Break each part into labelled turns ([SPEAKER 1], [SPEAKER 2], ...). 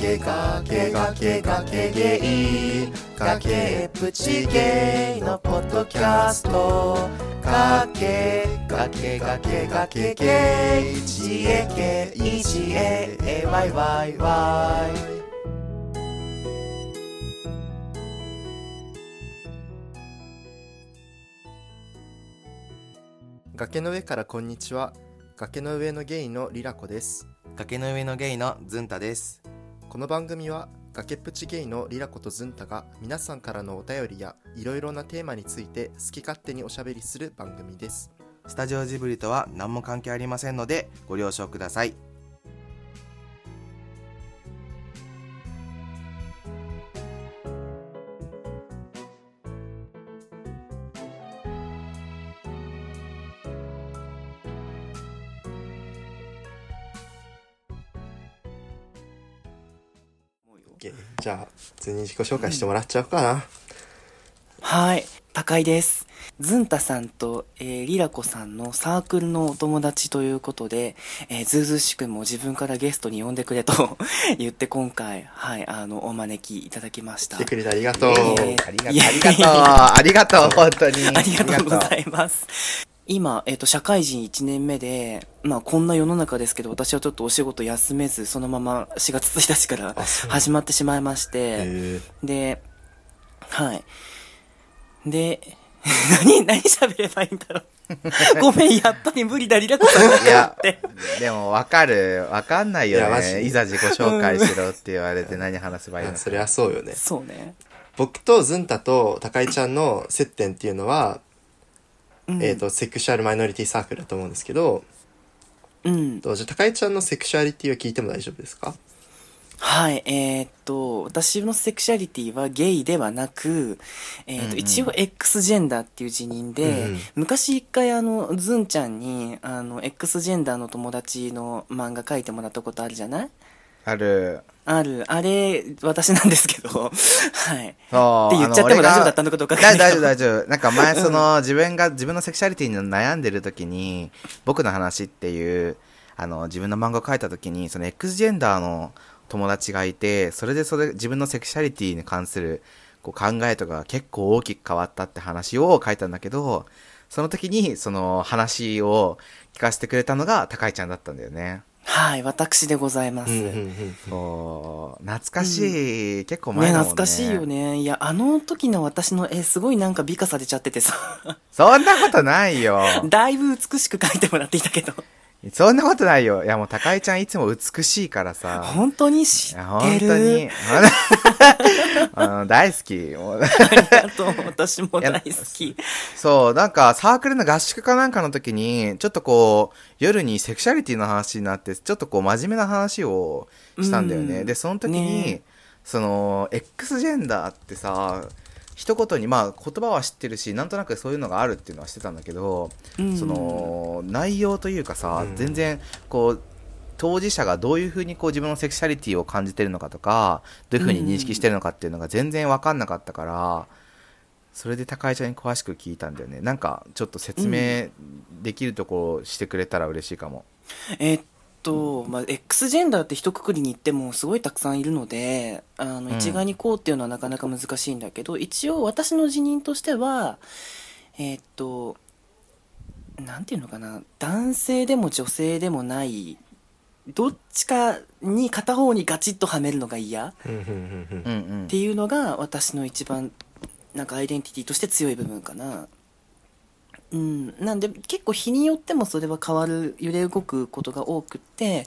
[SPEAKER 1] ゲガゲガゲガゲゲイ崖っぷちゲイのポッドキャスト崖崖崖崖ゲイ GAKEGAAYYY 崖の上からこんにちは崖の上のゲイのリラコです
[SPEAKER 2] 崖の上のゲイのズンタです。
[SPEAKER 1] この番組は崖っぷちゲイのリラコとズンタが皆さんからのお便りやいろいろなテーマについて好き勝手におしゃべりする番組です
[SPEAKER 2] スタジオジブリとは何も関係ありませんのでご了承ください。
[SPEAKER 1] じゃあ普通に自己紹介してもらっちゃおうかな、
[SPEAKER 3] はい、高井です。ズンタさんと、えーリラコさんのサークルのお友達ということで、えー、ズーズーしくも自分からゲストに呼んでくれと 言って今回、はい、あの、お招きいただきました。
[SPEAKER 1] 来て
[SPEAKER 3] あ
[SPEAKER 1] くれてありがとう
[SPEAKER 3] いえいえ
[SPEAKER 2] ありがとう、
[SPEAKER 3] いや
[SPEAKER 2] ありがとう、ありがとう、本当に。
[SPEAKER 3] りがとうございます。今、えっ、と、社会人1年目で、まあ、こんな世の中ですけど、私はちょっとお仕事休めず、そのまま4月1日から始まってしまいまして、
[SPEAKER 1] え
[SPEAKER 3] で、はい。で、 何、 何喋ればいいんだろう。ごめん、やっぱり無理だ、リラックス
[SPEAKER 2] いや
[SPEAKER 3] って。
[SPEAKER 2] でも分かる、分かんないよ
[SPEAKER 1] いやマジ
[SPEAKER 2] ね。
[SPEAKER 1] で
[SPEAKER 2] いざ自己紹介しろって言われて何話せばいいの
[SPEAKER 1] ー、
[SPEAKER 2] か。
[SPEAKER 1] それはそうよね
[SPEAKER 3] そうね。
[SPEAKER 1] 僕とズンタと高井ちゃんの接点っていうのは、
[SPEAKER 3] うん、
[SPEAKER 1] えっ、とセクシュアルマイノリティサークルだと思うんですけど
[SPEAKER 3] うん。
[SPEAKER 1] どうじゃあ高井ちゃんのセクシュアリティを聞いても大丈夫ですか
[SPEAKER 3] はい、えーっと、私のセクシャリティはゲイではなく、えーっと、
[SPEAKER 2] うんうん
[SPEAKER 3] 一応 X ジェンダーっていう辞任で、
[SPEAKER 1] うんうん
[SPEAKER 3] 昔一回あの、ズンちゃんに、あの、X ジェンダーの友達の漫画書いてもらったことあるじゃない
[SPEAKER 2] ある。
[SPEAKER 3] ある、あれ、私なんですけど、 はい。
[SPEAKER 2] そう
[SPEAKER 3] って言っちゃっても大丈夫だったのかどうかわかんない
[SPEAKER 2] 大丈
[SPEAKER 3] け
[SPEAKER 2] 夫
[SPEAKER 3] ど
[SPEAKER 2] 大丈夫なんか前その 自分が自分のセクシャリティに悩んでる時に「僕の話」っていうあの自分の漫画を書いた時にその X ジェンダーの友達がいてそれでそれ自分のセクシャリティに関するこう考えとかが結構大きく変わったって話を書いたんだけどその時にその話を聞かせてくれたのが高井ちゃんだったんだよね。
[SPEAKER 3] はい、私でございます。
[SPEAKER 1] ん
[SPEAKER 2] そう懐かしい、結構前
[SPEAKER 3] ね、
[SPEAKER 2] だもんね
[SPEAKER 3] 懐かしいよね。いや、あの時の私の絵、すごいなんか美化されちゃっててさ、
[SPEAKER 2] そんなことないよ
[SPEAKER 3] だいぶ美しく描いてもらっていたけど、
[SPEAKER 2] そんなことないよ。いやもう高井ちゃんいつも美しいからさ。
[SPEAKER 3] 本当に知
[SPEAKER 2] いや
[SPEAKER 3] って
[SPEAKER 2] 本当に
[SPEAKER 3] る。。
[SPEAKER 2] あのあの大好き。 もう
[SPEAKER 3] ありがとう、私も大好 き。
[SPEAKER 2] そう、なんかサークルの合宿かなんかの時に、ちょっとこう、夜にセクシャリティの話になって、ちょっとこう真面目な話をしたんだよね。
[SPEAKER 3] うん
[SPEAKER 2] で、その時に、
[SPEAKER 3] ね
[SPEAKER 2] その、X ジェンダーってさ、一言に、まあ言葉は知ってるし、なんとなくそういうのがあるっていうのは知ってたんだけど、
[SPEAKER 3] うん
[SPEAKER 2] その内容というかさ、
[SPEAKER 1] うん
[SPEAKER 2] 全然こう当事者がどういうふうにこう自分のセクシャリティを感じてるのかとかどういうふうに認識してるのかっていうのが全然分かんなかったから、それで高井ちゃんに詳しく聞いたんだよねなんかちょっと説明できるところしてくれたら嬉しいかも、
[SPEAKER 3] えっと、まあ、X ジェンダーって一括りに言ってもすごいたくさんいるので、あの、
[SPEAKER 2] うん
[SPEAKER 3] 一概にこうっていうのはなかなか難しいんだけど、一応私の辞任としては、えっと、なんていうのかな、男性でも女性でもない、どっちかに片方にガチッとはめるのが嫌っ
[SPEAKER 1] うんうんうん
[SPEAKER 2] うんうん
[SPEAKER 3] ていうのが私の一番、なんかアイデンティティとして強い部分かな。うん、なんで結構日によってもそれは変わる揺れ動くことが多くって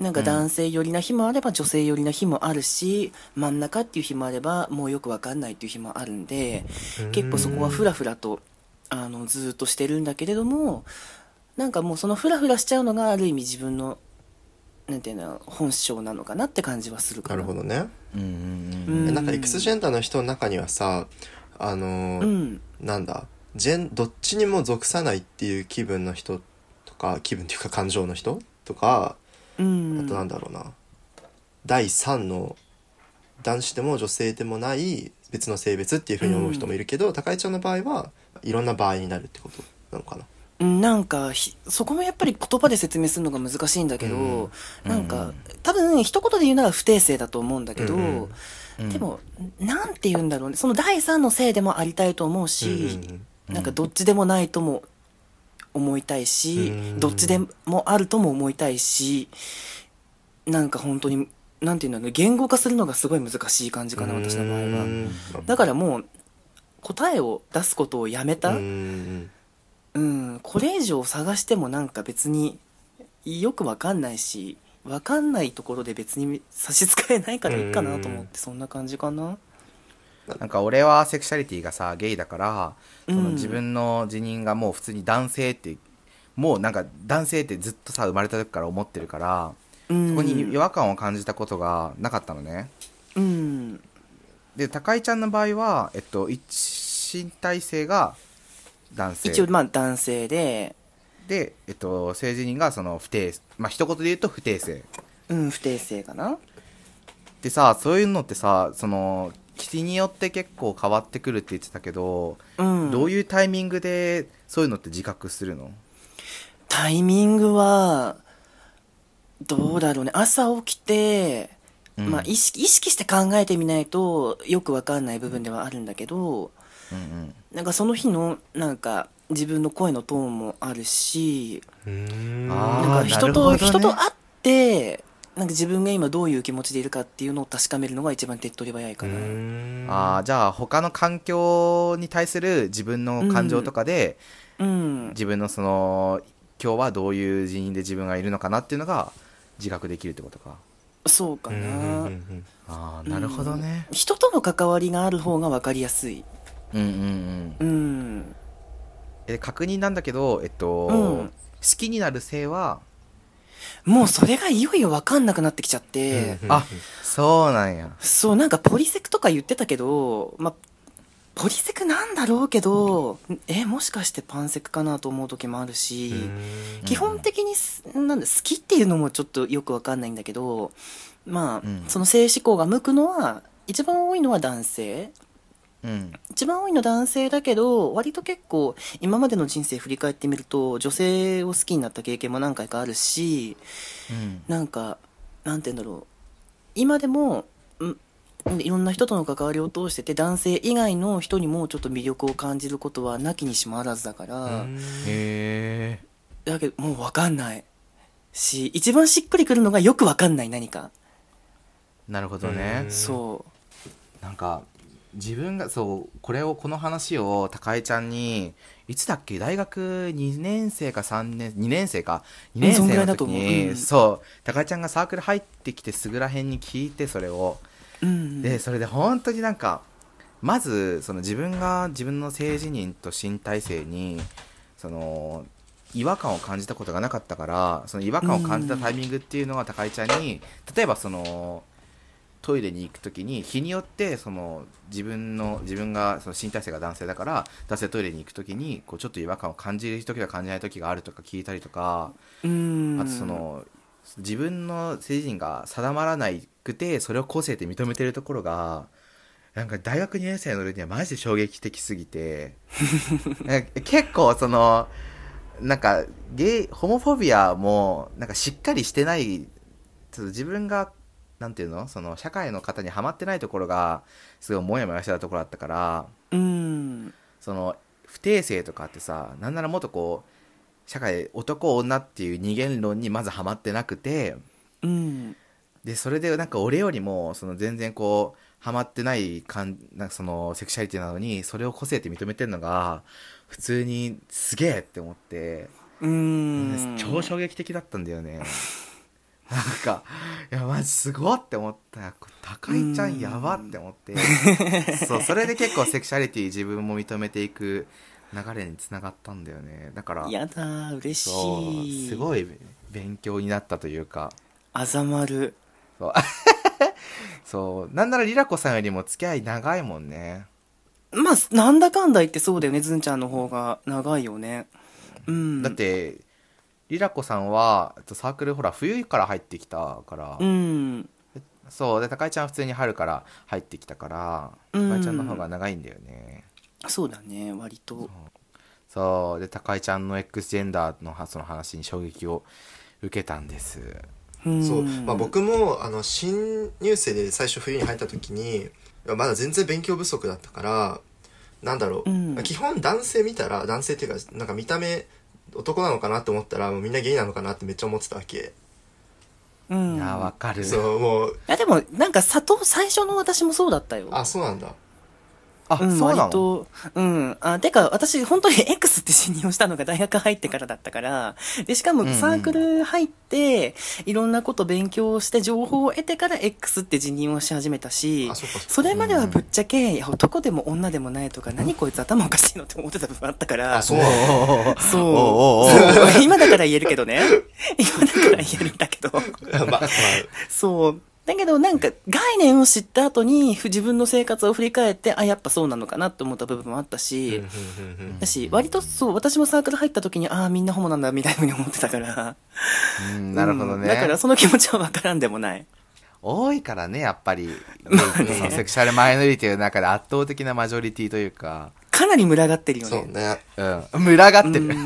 [SPEAKER 3] なんか男性寄りな日もあれば女性寄りな日もあるし、真ん中っていう日もあればもうよくわかんないっていう日もあるんで
[SPEAKER 1] うん
[SPEAKER 3] 結構そこはフラフラとあのずーっとしてるんだけれどもなんかもうそのフラフラしちゃうのがある意味自分のなんていうの本性なのかなって感じはするか
[SPEAKER 1] な
[SPEAKER 3] な。
[SPEAKER 1] るほどね、
[SPEAKER 2] うんうん
[SPEAKER 3] うん
[SPEAKER 1] えなんか X ジェンダーの人の中にはさあの
[SPEAKER 3] う
[SPEAKER 1] ー
[SPEAKER 3] ん、
[SPEAKER 1] なんだジェンどっちにも属さないっていう気分の人とか気分っていうか感情の人とか
[SPEAKER 3] うん、
[SPEAKER 1] あとなんだろうな、第三の男子でも女性でもない別の性別っていうふうに思う人もいるけど、高井ちゃんの場合はいろんな場合になるってことなのかな
[SPEAKER 3] うんなんかひそこもやっぱり言葉で説明するのが難しいんだけど、
[SPEAKER 2] うん
[SPEAKER 3] なんか、
[SPEAKER 2] うん
[SPEAKER 3] 多分一言で言うなら不定性だと思うんだけど、
[SPEAKER 2] うんうん
[SPEAKER 3] でもなんて言うんだろうねその第三の性でもありたいと思うし、
[SPEAKER 2] うん
[SPEAKER 3] なんかどっちでもないとも思いたいし、
[SPEAKER 1] うん
[SPEAKER 3] どっちでもあるとも思いたいしなんか本当になんていうんだろうね言語化するのがすごい難しい感じかな私の場合は。だからもう答えを出すことをやめた、
[SPEAKER 1] うん
[SPEAKER 3] うん、これ以上探してもなんか別によくわかんないし、わかんないところで別に差し支えないからいいかなと思っ
[SPEAKER 1] うん
[SPEAKER 3] て、そんな感じかな。
[SPEAKER 2] なんか俺はセクシャリティがさゲイだからその
[SPEAKER 3] うん
[SPEAKER 2] 自分の辞任がもう普通に男性ってもうなんか男性ってずっとさ生まれた時から思ってるから
[SPEAKER 3] うん。
[SPEAKER 2] そこに違和感を感じたことがなかったのね。
[SPEAKER 3] うん。
[SPEAKER 2] で高井ちゃんの場合は、えっと、一身体性が男性
[SPEAKER 3] 一応まあ男性で、
[SPEAKER 2] で、えっと、性自認がその不定まあ一言で言うと不定性
[SPEAKER 3] うん、不定性かな。
[SPEAKER 2] でさそういうのってさその人によって結構変わってくるって言ってたけど、
[SPEAKER 3] うん。
[SPEAKER 2] どういうタイミングでそういうのって自覚するの
[SPEAKER 3] タイミングは、どうだろうね。朝起きて、
[SPEAKER 2] うん
[SPEAKER 3] まあ意識、意識して考えてみないとよくわかんない部分ではあるんだけど、
[SPEAKER 2] うん
[SPEAKER 3] なんかその日のなんか自分の声のトーンもあるし、
[SPEAKER 1] うん
[SPEAKER 3] な
[SPEAKER 2] あー
[SPEAKER 3] んか人と、
[SPEAKER 2] なるほどね
[SPEAKER 3] 人と会って、なんか自分が今どういう気持ちでいるかっていうのを確かめるのが一番手っ取り早いかな。
[SPEAKER 2] うん、ああじゃあ他の環境に対する自分の感情とかで、
[SPEAKER 3] うん。
[SPEAKER 2] 自分のその今日はどういう人員で自分がいるのかなっていうのが自覚できるってことか
[SPEAKER 3] そうかな。
[SPEAKER 2] ああなるほどね
[SPEAKER 3] 人との関わりがある方が分かりやすい。
[SPEAKER 2] うんうんうん
[SPEAKER 3] うん。
[SPEAKER 2] え確認なんだけどえっと、
[SPEAKER 3] うん
[SPEAKER 2] 好きになる性は、
[SPEAKER 3] もうそれがいよいよ分かんなくなってきちゃって、
[SPEAKER 1] うん
[SPEAKER 2] あそうなんや
[SPEAKER 3] そう、なんかポリセクとか言ってたけど、まあ、ポリセクなんだろうけど、え、もしかしてパンセクかなと思う時もあるし、基本的にすなんだ好きっていうのもちょっとよくわかんないんだけどまあ、
[SPEAKER 2] うん
[SPEAKER 3] その性思考が向くのは一番多いのは男性
[SPEAKER 2] うん
[SPEAKER 3] 一番多いの男性だけど割と結構今までの人生振り返ってみると女性を好きになった経験も何回かあるし
[SPEAKER 2] うん
[SPEAKER 3] なんかなんて言うんだろう今でもんいろんな人との関わりを通してて男性以外の人にもちょっと魅力を感じることはなきにしもあらずだから、
[SPEAKER 2] へえ
[SPEAKER 3] だけど、もうわかんない。し、一番しっくりくるのがよくわかんない何か。
[SPEAKER 2] なるほどね
[SPEAKER 1] うん
[SPEAKER 3] そ
[SPEAKER 2] なんか自分がそうこれをこの話を高井ちゃんにいつだっけ大学2年生か3年2年生か2年
[SPEAKER 3] そんぐ
[SPEAKER 2] 生
[SPEAKER 3] ら
[SPEAKER 2] の
[SPEAKER 3] いだと
[SPEAKER 2] 時
[SPEAKER 3] 思う
[SPEAKER 2] に、
[SPEAKER 3] うん
[SPEAKER 2] そう高井ちゃんがサークル入ってきてすぐらへんに聞いてそれを
[SPEAKER 3] う。うん。
[SPEAKER 2] でそれで本当になんかまずその自分が自分の性自認と身体性にその違和感を感じたことがなかったからその違和感を感じたタイミングっていうのは高井ちゃんに例えばそのトイレに行く時に日によってその自分の自分がその身体性が男性だから男性トイレに行く時にこうちょっと違和感を感じる時と感じない時があるとか聞いたりとか。
[SPEAKER 3] うん。
[SPEAKER 2] あとそ、の自分の性自認が定まらなくてそれを個性で認めてるところがなんか大学2年生の時にはマジで衝撃的すぎ てなんか結構そのなんかゲイホモフォビアもなんかしっかりしてないちょっと自分がなんていうのその社会の方にはまってないところがすごいモヤモヤしてたところだったから
[SPEAKER 3] うん。
[SPEAKER 2] その不定性とかってさなんならもっとこう社会男女っていう二元論にまずハマってなくて
[SPEAKER 3] うん。
[SPEAKER 2] でそれでなんか俺よりもその全然こうハマってない感なんかそのセクシャリティなのにそれを個性って認めてるのが普通にすげえって思って、
[SPEAKER 3] うん。
[SPEAKER 2] 超衝撃的だったんだよね なんかいやマジすごって思った高井ちゃんやばって思って そうそれで結構セクシャリティ自分も認めていく流れにつながったんだよねだから
[SPEAKER 3] やだー、嬉し
[SPEAKER 2] そう
[SPEAKER 3] い。
[SPEAKER 2] す
[SPEAKER 3] い。
[SPEAKER 2] ごい勉強になったというか
[SPEAKER 3] あざまる。
[SPEAKER 2] そうそうなんならリラコさんよりも付き合い長いもんね
[SPEAKER 3] まあ、なんだかんだ言ってそうだよね。ずんちゃんの方が長いよね。うん。
[SPEAKER 2] だっ。てリラコさんはえっとサークルほら冬から入ってきたから、
[SPEAKER 3] うん。
[SPEAKER 2] そうで高井ちゃんは普通に春から入ってきたから
[SPEAKER 3] うん
[SPEAKER 2] 高井ちゃんの方が長いんだよね、
[SPEAKER 3] そうだね、割と。
[SPEAKER 2] そうで高井ちゃんの X ジェンダーのはその話に衝撃を受けたんです
[SPEAKER 3] うん
[SPEAKER 1] そう、まあ、僕もあの新入生で最初冬に入った時にまだ全然勉強不足だったからなんだろう、
[SPEAKER 3] うん
[SPEAKER 1] まあ基本男性見たら男性っていうかなんか見た目男なのかなって思ったらもうみんなゲイなのかなってめっちゃ思ってたわけ、
[SPEAKER 3] うん、
[SPEAKER 2] いやわ
[SPEAKER 3] い
[SPEAKER 2] かる
[SPEAKER 1] そうもう
[SPEAKER 3] やでもなんか佐藤最初の私もそうだったよ
[SPEAKER 1] あそうなんだ
[SPEAKER 2] あ、
[SPEAKER 3] うん、
[SPEAKER 2] そうな
[SPEAKER 3] 割
[SPEAKER 2] の
[SPEAKER 3] と、うん。あ、てか、私、本当に X って信用したのが大学入ってからだったから、で、しかも
[SPEAKER 2] うんうん
[SPEAKER 3] サークル入って、いろんなこと勉強して、情報を得てから X って辞任をし始めたし
[SPEAKER 1] あ、そっかそっか
[SPEAKER 3] それまではぶっちゃけ、いや男でも女でもないとか、何こいつ頭おかしいのって思ってた部分あったから、
[SPEAKER 1] あそうなんだ
[SPEAKER 3] そう
[SPEAKER 2] おうおうおう
[SPEAKER 3] そう今だから言えるけどね。 今だから言えるんだけど。
[SPEAKER 1] ままあ
[SPEAKER 3] そう。だけど、なんか、概念を知った後に、ふ自分の生活を振り返って、あ、やっぱそうなのかなって思った部分もあったし、だし、割とそう、私もサークル入った時に、ああ、みんなホモなんだ、みたいな風に思ってたから。
[SPEAKER 2] うん なるほど
[SPEAKER 3] うん
[SPEAKER 2] ね
[SPEAKER 3] だから、その気持ちはわからんでもない。
[SPEAKER 2] 多いからねやっぱり、
[SPEAKER 1] ね
[SPEAKER 2] そのセクシャルマイノリティの中で圧倒的なマジョリティというか
[SPEAKER 3] かなり群がってるよ
[SPEAKER 1] そう
[SPEAKER 3] ね。
[SPEAKER 1] ね
[SPEAKER 2] うん群がって
[SPEAKER 3] う
[SPEAKER 2] る、
[SPEAKER 3] ん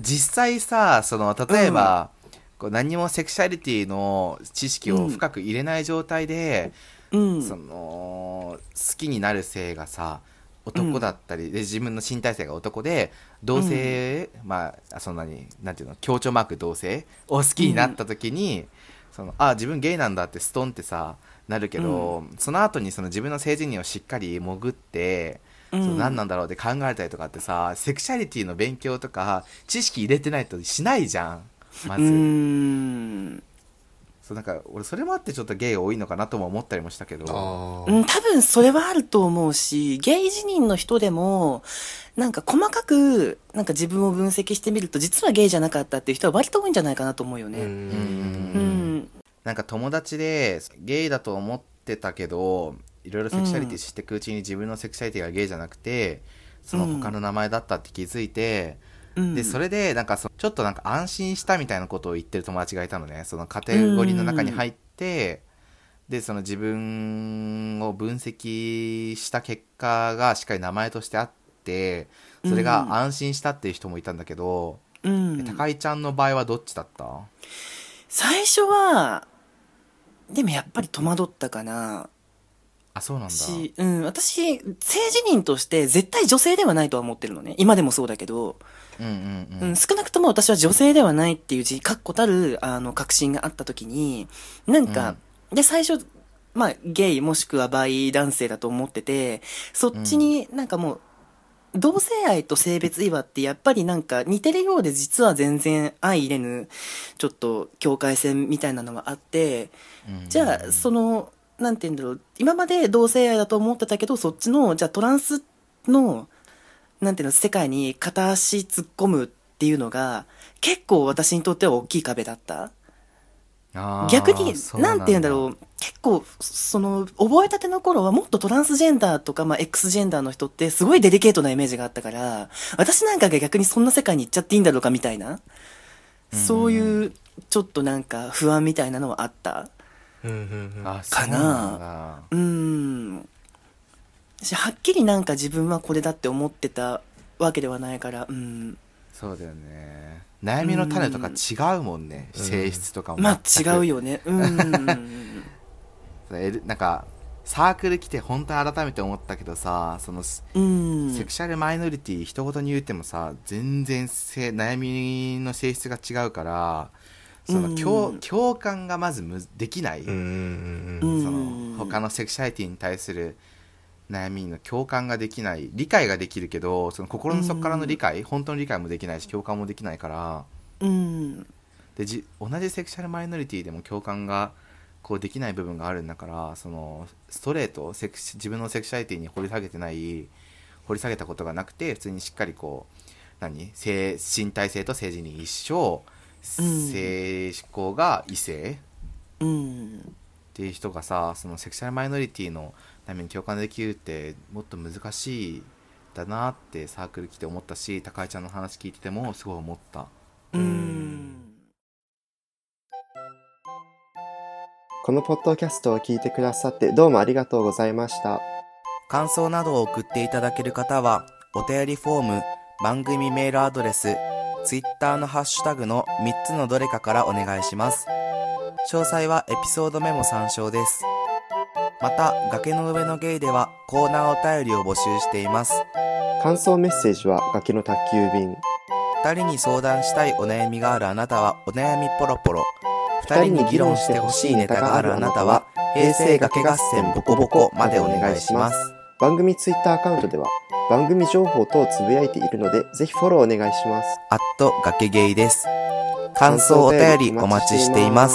[SPEAKER 2] 実際さその例えば、こう何もセクシャリティの知識を深く入れない状態で、
[SPEAKER 3] うん。
[SPEAKER 2] その好きになる性がさ男だったり、で自分の身体性が男で同性、まあそんなになんていうの強調マーク同性を好きになった時に、そのあ自分ゲイなんだってストンってさなるけど、その後にその自分の性自認をしっかり潜って、
[SPEAKER 3] うん
[SPEAKER 2] その何なんだろうって考えたりとかってさセクシャリティの勉強とか知識入れてないとしないじゃんまず、
[SPEAKER 3] うん。
[SPEAKER 2] そうなんか俺それもあってちょっとゲイが多いのかなとも思ったりもしたけど
[SPEAKER 1] あ
[SPEAKER 3] う
[SPEAKER 1] ー
[SPEAKER 3] ん、多分それはあると思うし、ゲイ自認の人でも、なんか細かく、なんか自分を分析してみると、実はゲイじゃなかったっていう人は割と多いんじゃないかなと思うよ
[SPEAKER 1] う
[SPEAKER 3] ね。
[SPEAKER 1] ん
[SPEAKER 3] うん。
[SPEAKER 2] なんか友達でゲイだと思ってたけどいろいろセクシャリティ知ってくうちに自分のセクシャリティがゲイじゃなくてその他の名前だったって気づいて、
[SPEAKER 3] うん
[SPEAKER 2] でそれでなんかそちょっとなんか安心したみたいなことを言ってる友達がいたのねそのカテゴリーの中に入って、でその自分を分析した結果がしっかり名前としてあってそれが安心したっていう人もいたんだけど、
[SPEAKER 3] うん。
[SPEAKER 2] 高井ちゃんの場合はどっちだった
[SPEAKER 3] 最初は、でもやっぱり戸惑ったかな。
[SPEAKER 2] あそうなんだ
[SPEAKER 3] し、うん、私、性自認として絶対女性ではないとは思ってるのね。今でもそうだけど、
[SPEAKER 2] うんうん
[SPEAKER 3] う、
[SPEAKER 2] うんん
[SPEAKER 3] 少なくとも私は女性ではないっていう字、確固たる、あの、確信があった時に、なんか、で、最初、まあ、ゲイもしくはバイ男性だと思ってて、そっちになんかもう、同性愛と性別違和ってやっぱりなんか似てるようで実は全然相入れぬ、ちょっと境界線みたいなのはあって、
[SPEAKER 2] うん
[SPEAKER 3] じゃあそのなんて言うんだろう今まで同性愛だと思ってたけどそっちのじゃあトランスのなんていうの世界に片足突っ込むっていうのが結構私にとっては大きい壁だった
[SPEAKER 2] あー
[SPEAKER 3] 逆に
[SPEAKER 2] そう
[SPEAKER 3] なんて言うんだろう結構その覚えたての頃はもっとトランスジェンダーとか、まあ、X ジェンダーの人ってすごいデリケートなイメージがあったから私なんかが逆にそんな世界に行っちゃっていいんだろうかみたいなそういうちょっとなんか不安みたいなのはあった。
[SPEAKER 1] うんうんうん
[SPEAKER 2] あ
[SPEAKER 3] かな
[SPEAKER 2] そうなんだ
[SPEAKER 3] うーん。私はっきりなんか自分はこれだって思ってたわけではないから、うん。
[SPEAKER 2] そうだよね悩みの種とか違うもんね、
[SPEAKER 1] うん
[SPEAKER 2] 性質とかも
[SPEAKER 3] まあ
[SPEAKER 2] 全く
[SPEAKER 3] 違 うよね。うん。
[SPEAKER 2] その L なんかサークル来て本当に改めて思ったけどさそのセ
[SPEAKER 3] う ん。
[SPEAKER 2] クシャルマイノリティ一言に言ってもさ全然性悩みの性質が違うからその共,、
[SPEAKER 3] うん
[SPEAKER 2] 共感がまずむできない、
[SPEAKER 1] うんうんうん
[SPEAKER 3] うん
[SPEAKER 2] その他のセクシャリティに対する悩みの共感ができない理解ができるけどその心の底からの理解、本当の理解もできないし共感もできないから
[SPEAKER 3] うん。
[SPEAKER 2] でじ同じセクシャルマイノリティでも共感がこうできない部分があるんだからそのストレートセクシ自分のセクシャリティに掘り下げてない掘り下げたことがなくて普通にしっかりこう何性身体性と性自認一緒、
[SPEAKER 3] うん
[SPEAKER 2] 性思考が異性
[SPEAKER 3] うん。
[SPEAKER 2] っていう人がさそのセクシャルマイノリティのために共感できるってもっと難しいだなってサークル来て思ったし高井ちゃんの話聞いててもすごい思った
[SPEAKER 3] うん。
[SPEAKER 1] このポッドキャストを聞いてくださってどうもありがとうございました
[SPEAKER 4] 感想などを送っていただける方は、お便りフォーム、番組メールアドレス、ツイッターのハッシュタグの3つのどれかからお願いします。詳細はエピソードメモ参照です。また、崖の上のゲイではコーナーお便りを募集しています。
[SPEAKER 1] 感想メッセージは崖の宅急便
[SPEAKER 4] 二人に相談したいお悩みがあるあなたはお悩みポロポロ。二人に議論してほしいネタがあるあなたは、平成崖合戦ボコボコまでお願いします。
[SPEAKER 1] 番組ツイッターアカウントでは番組情報等をつぶやいているのでぜひフォローお願いします
[SPEAKER 4] アット崖ゲイです。感想お便りお待ちしています。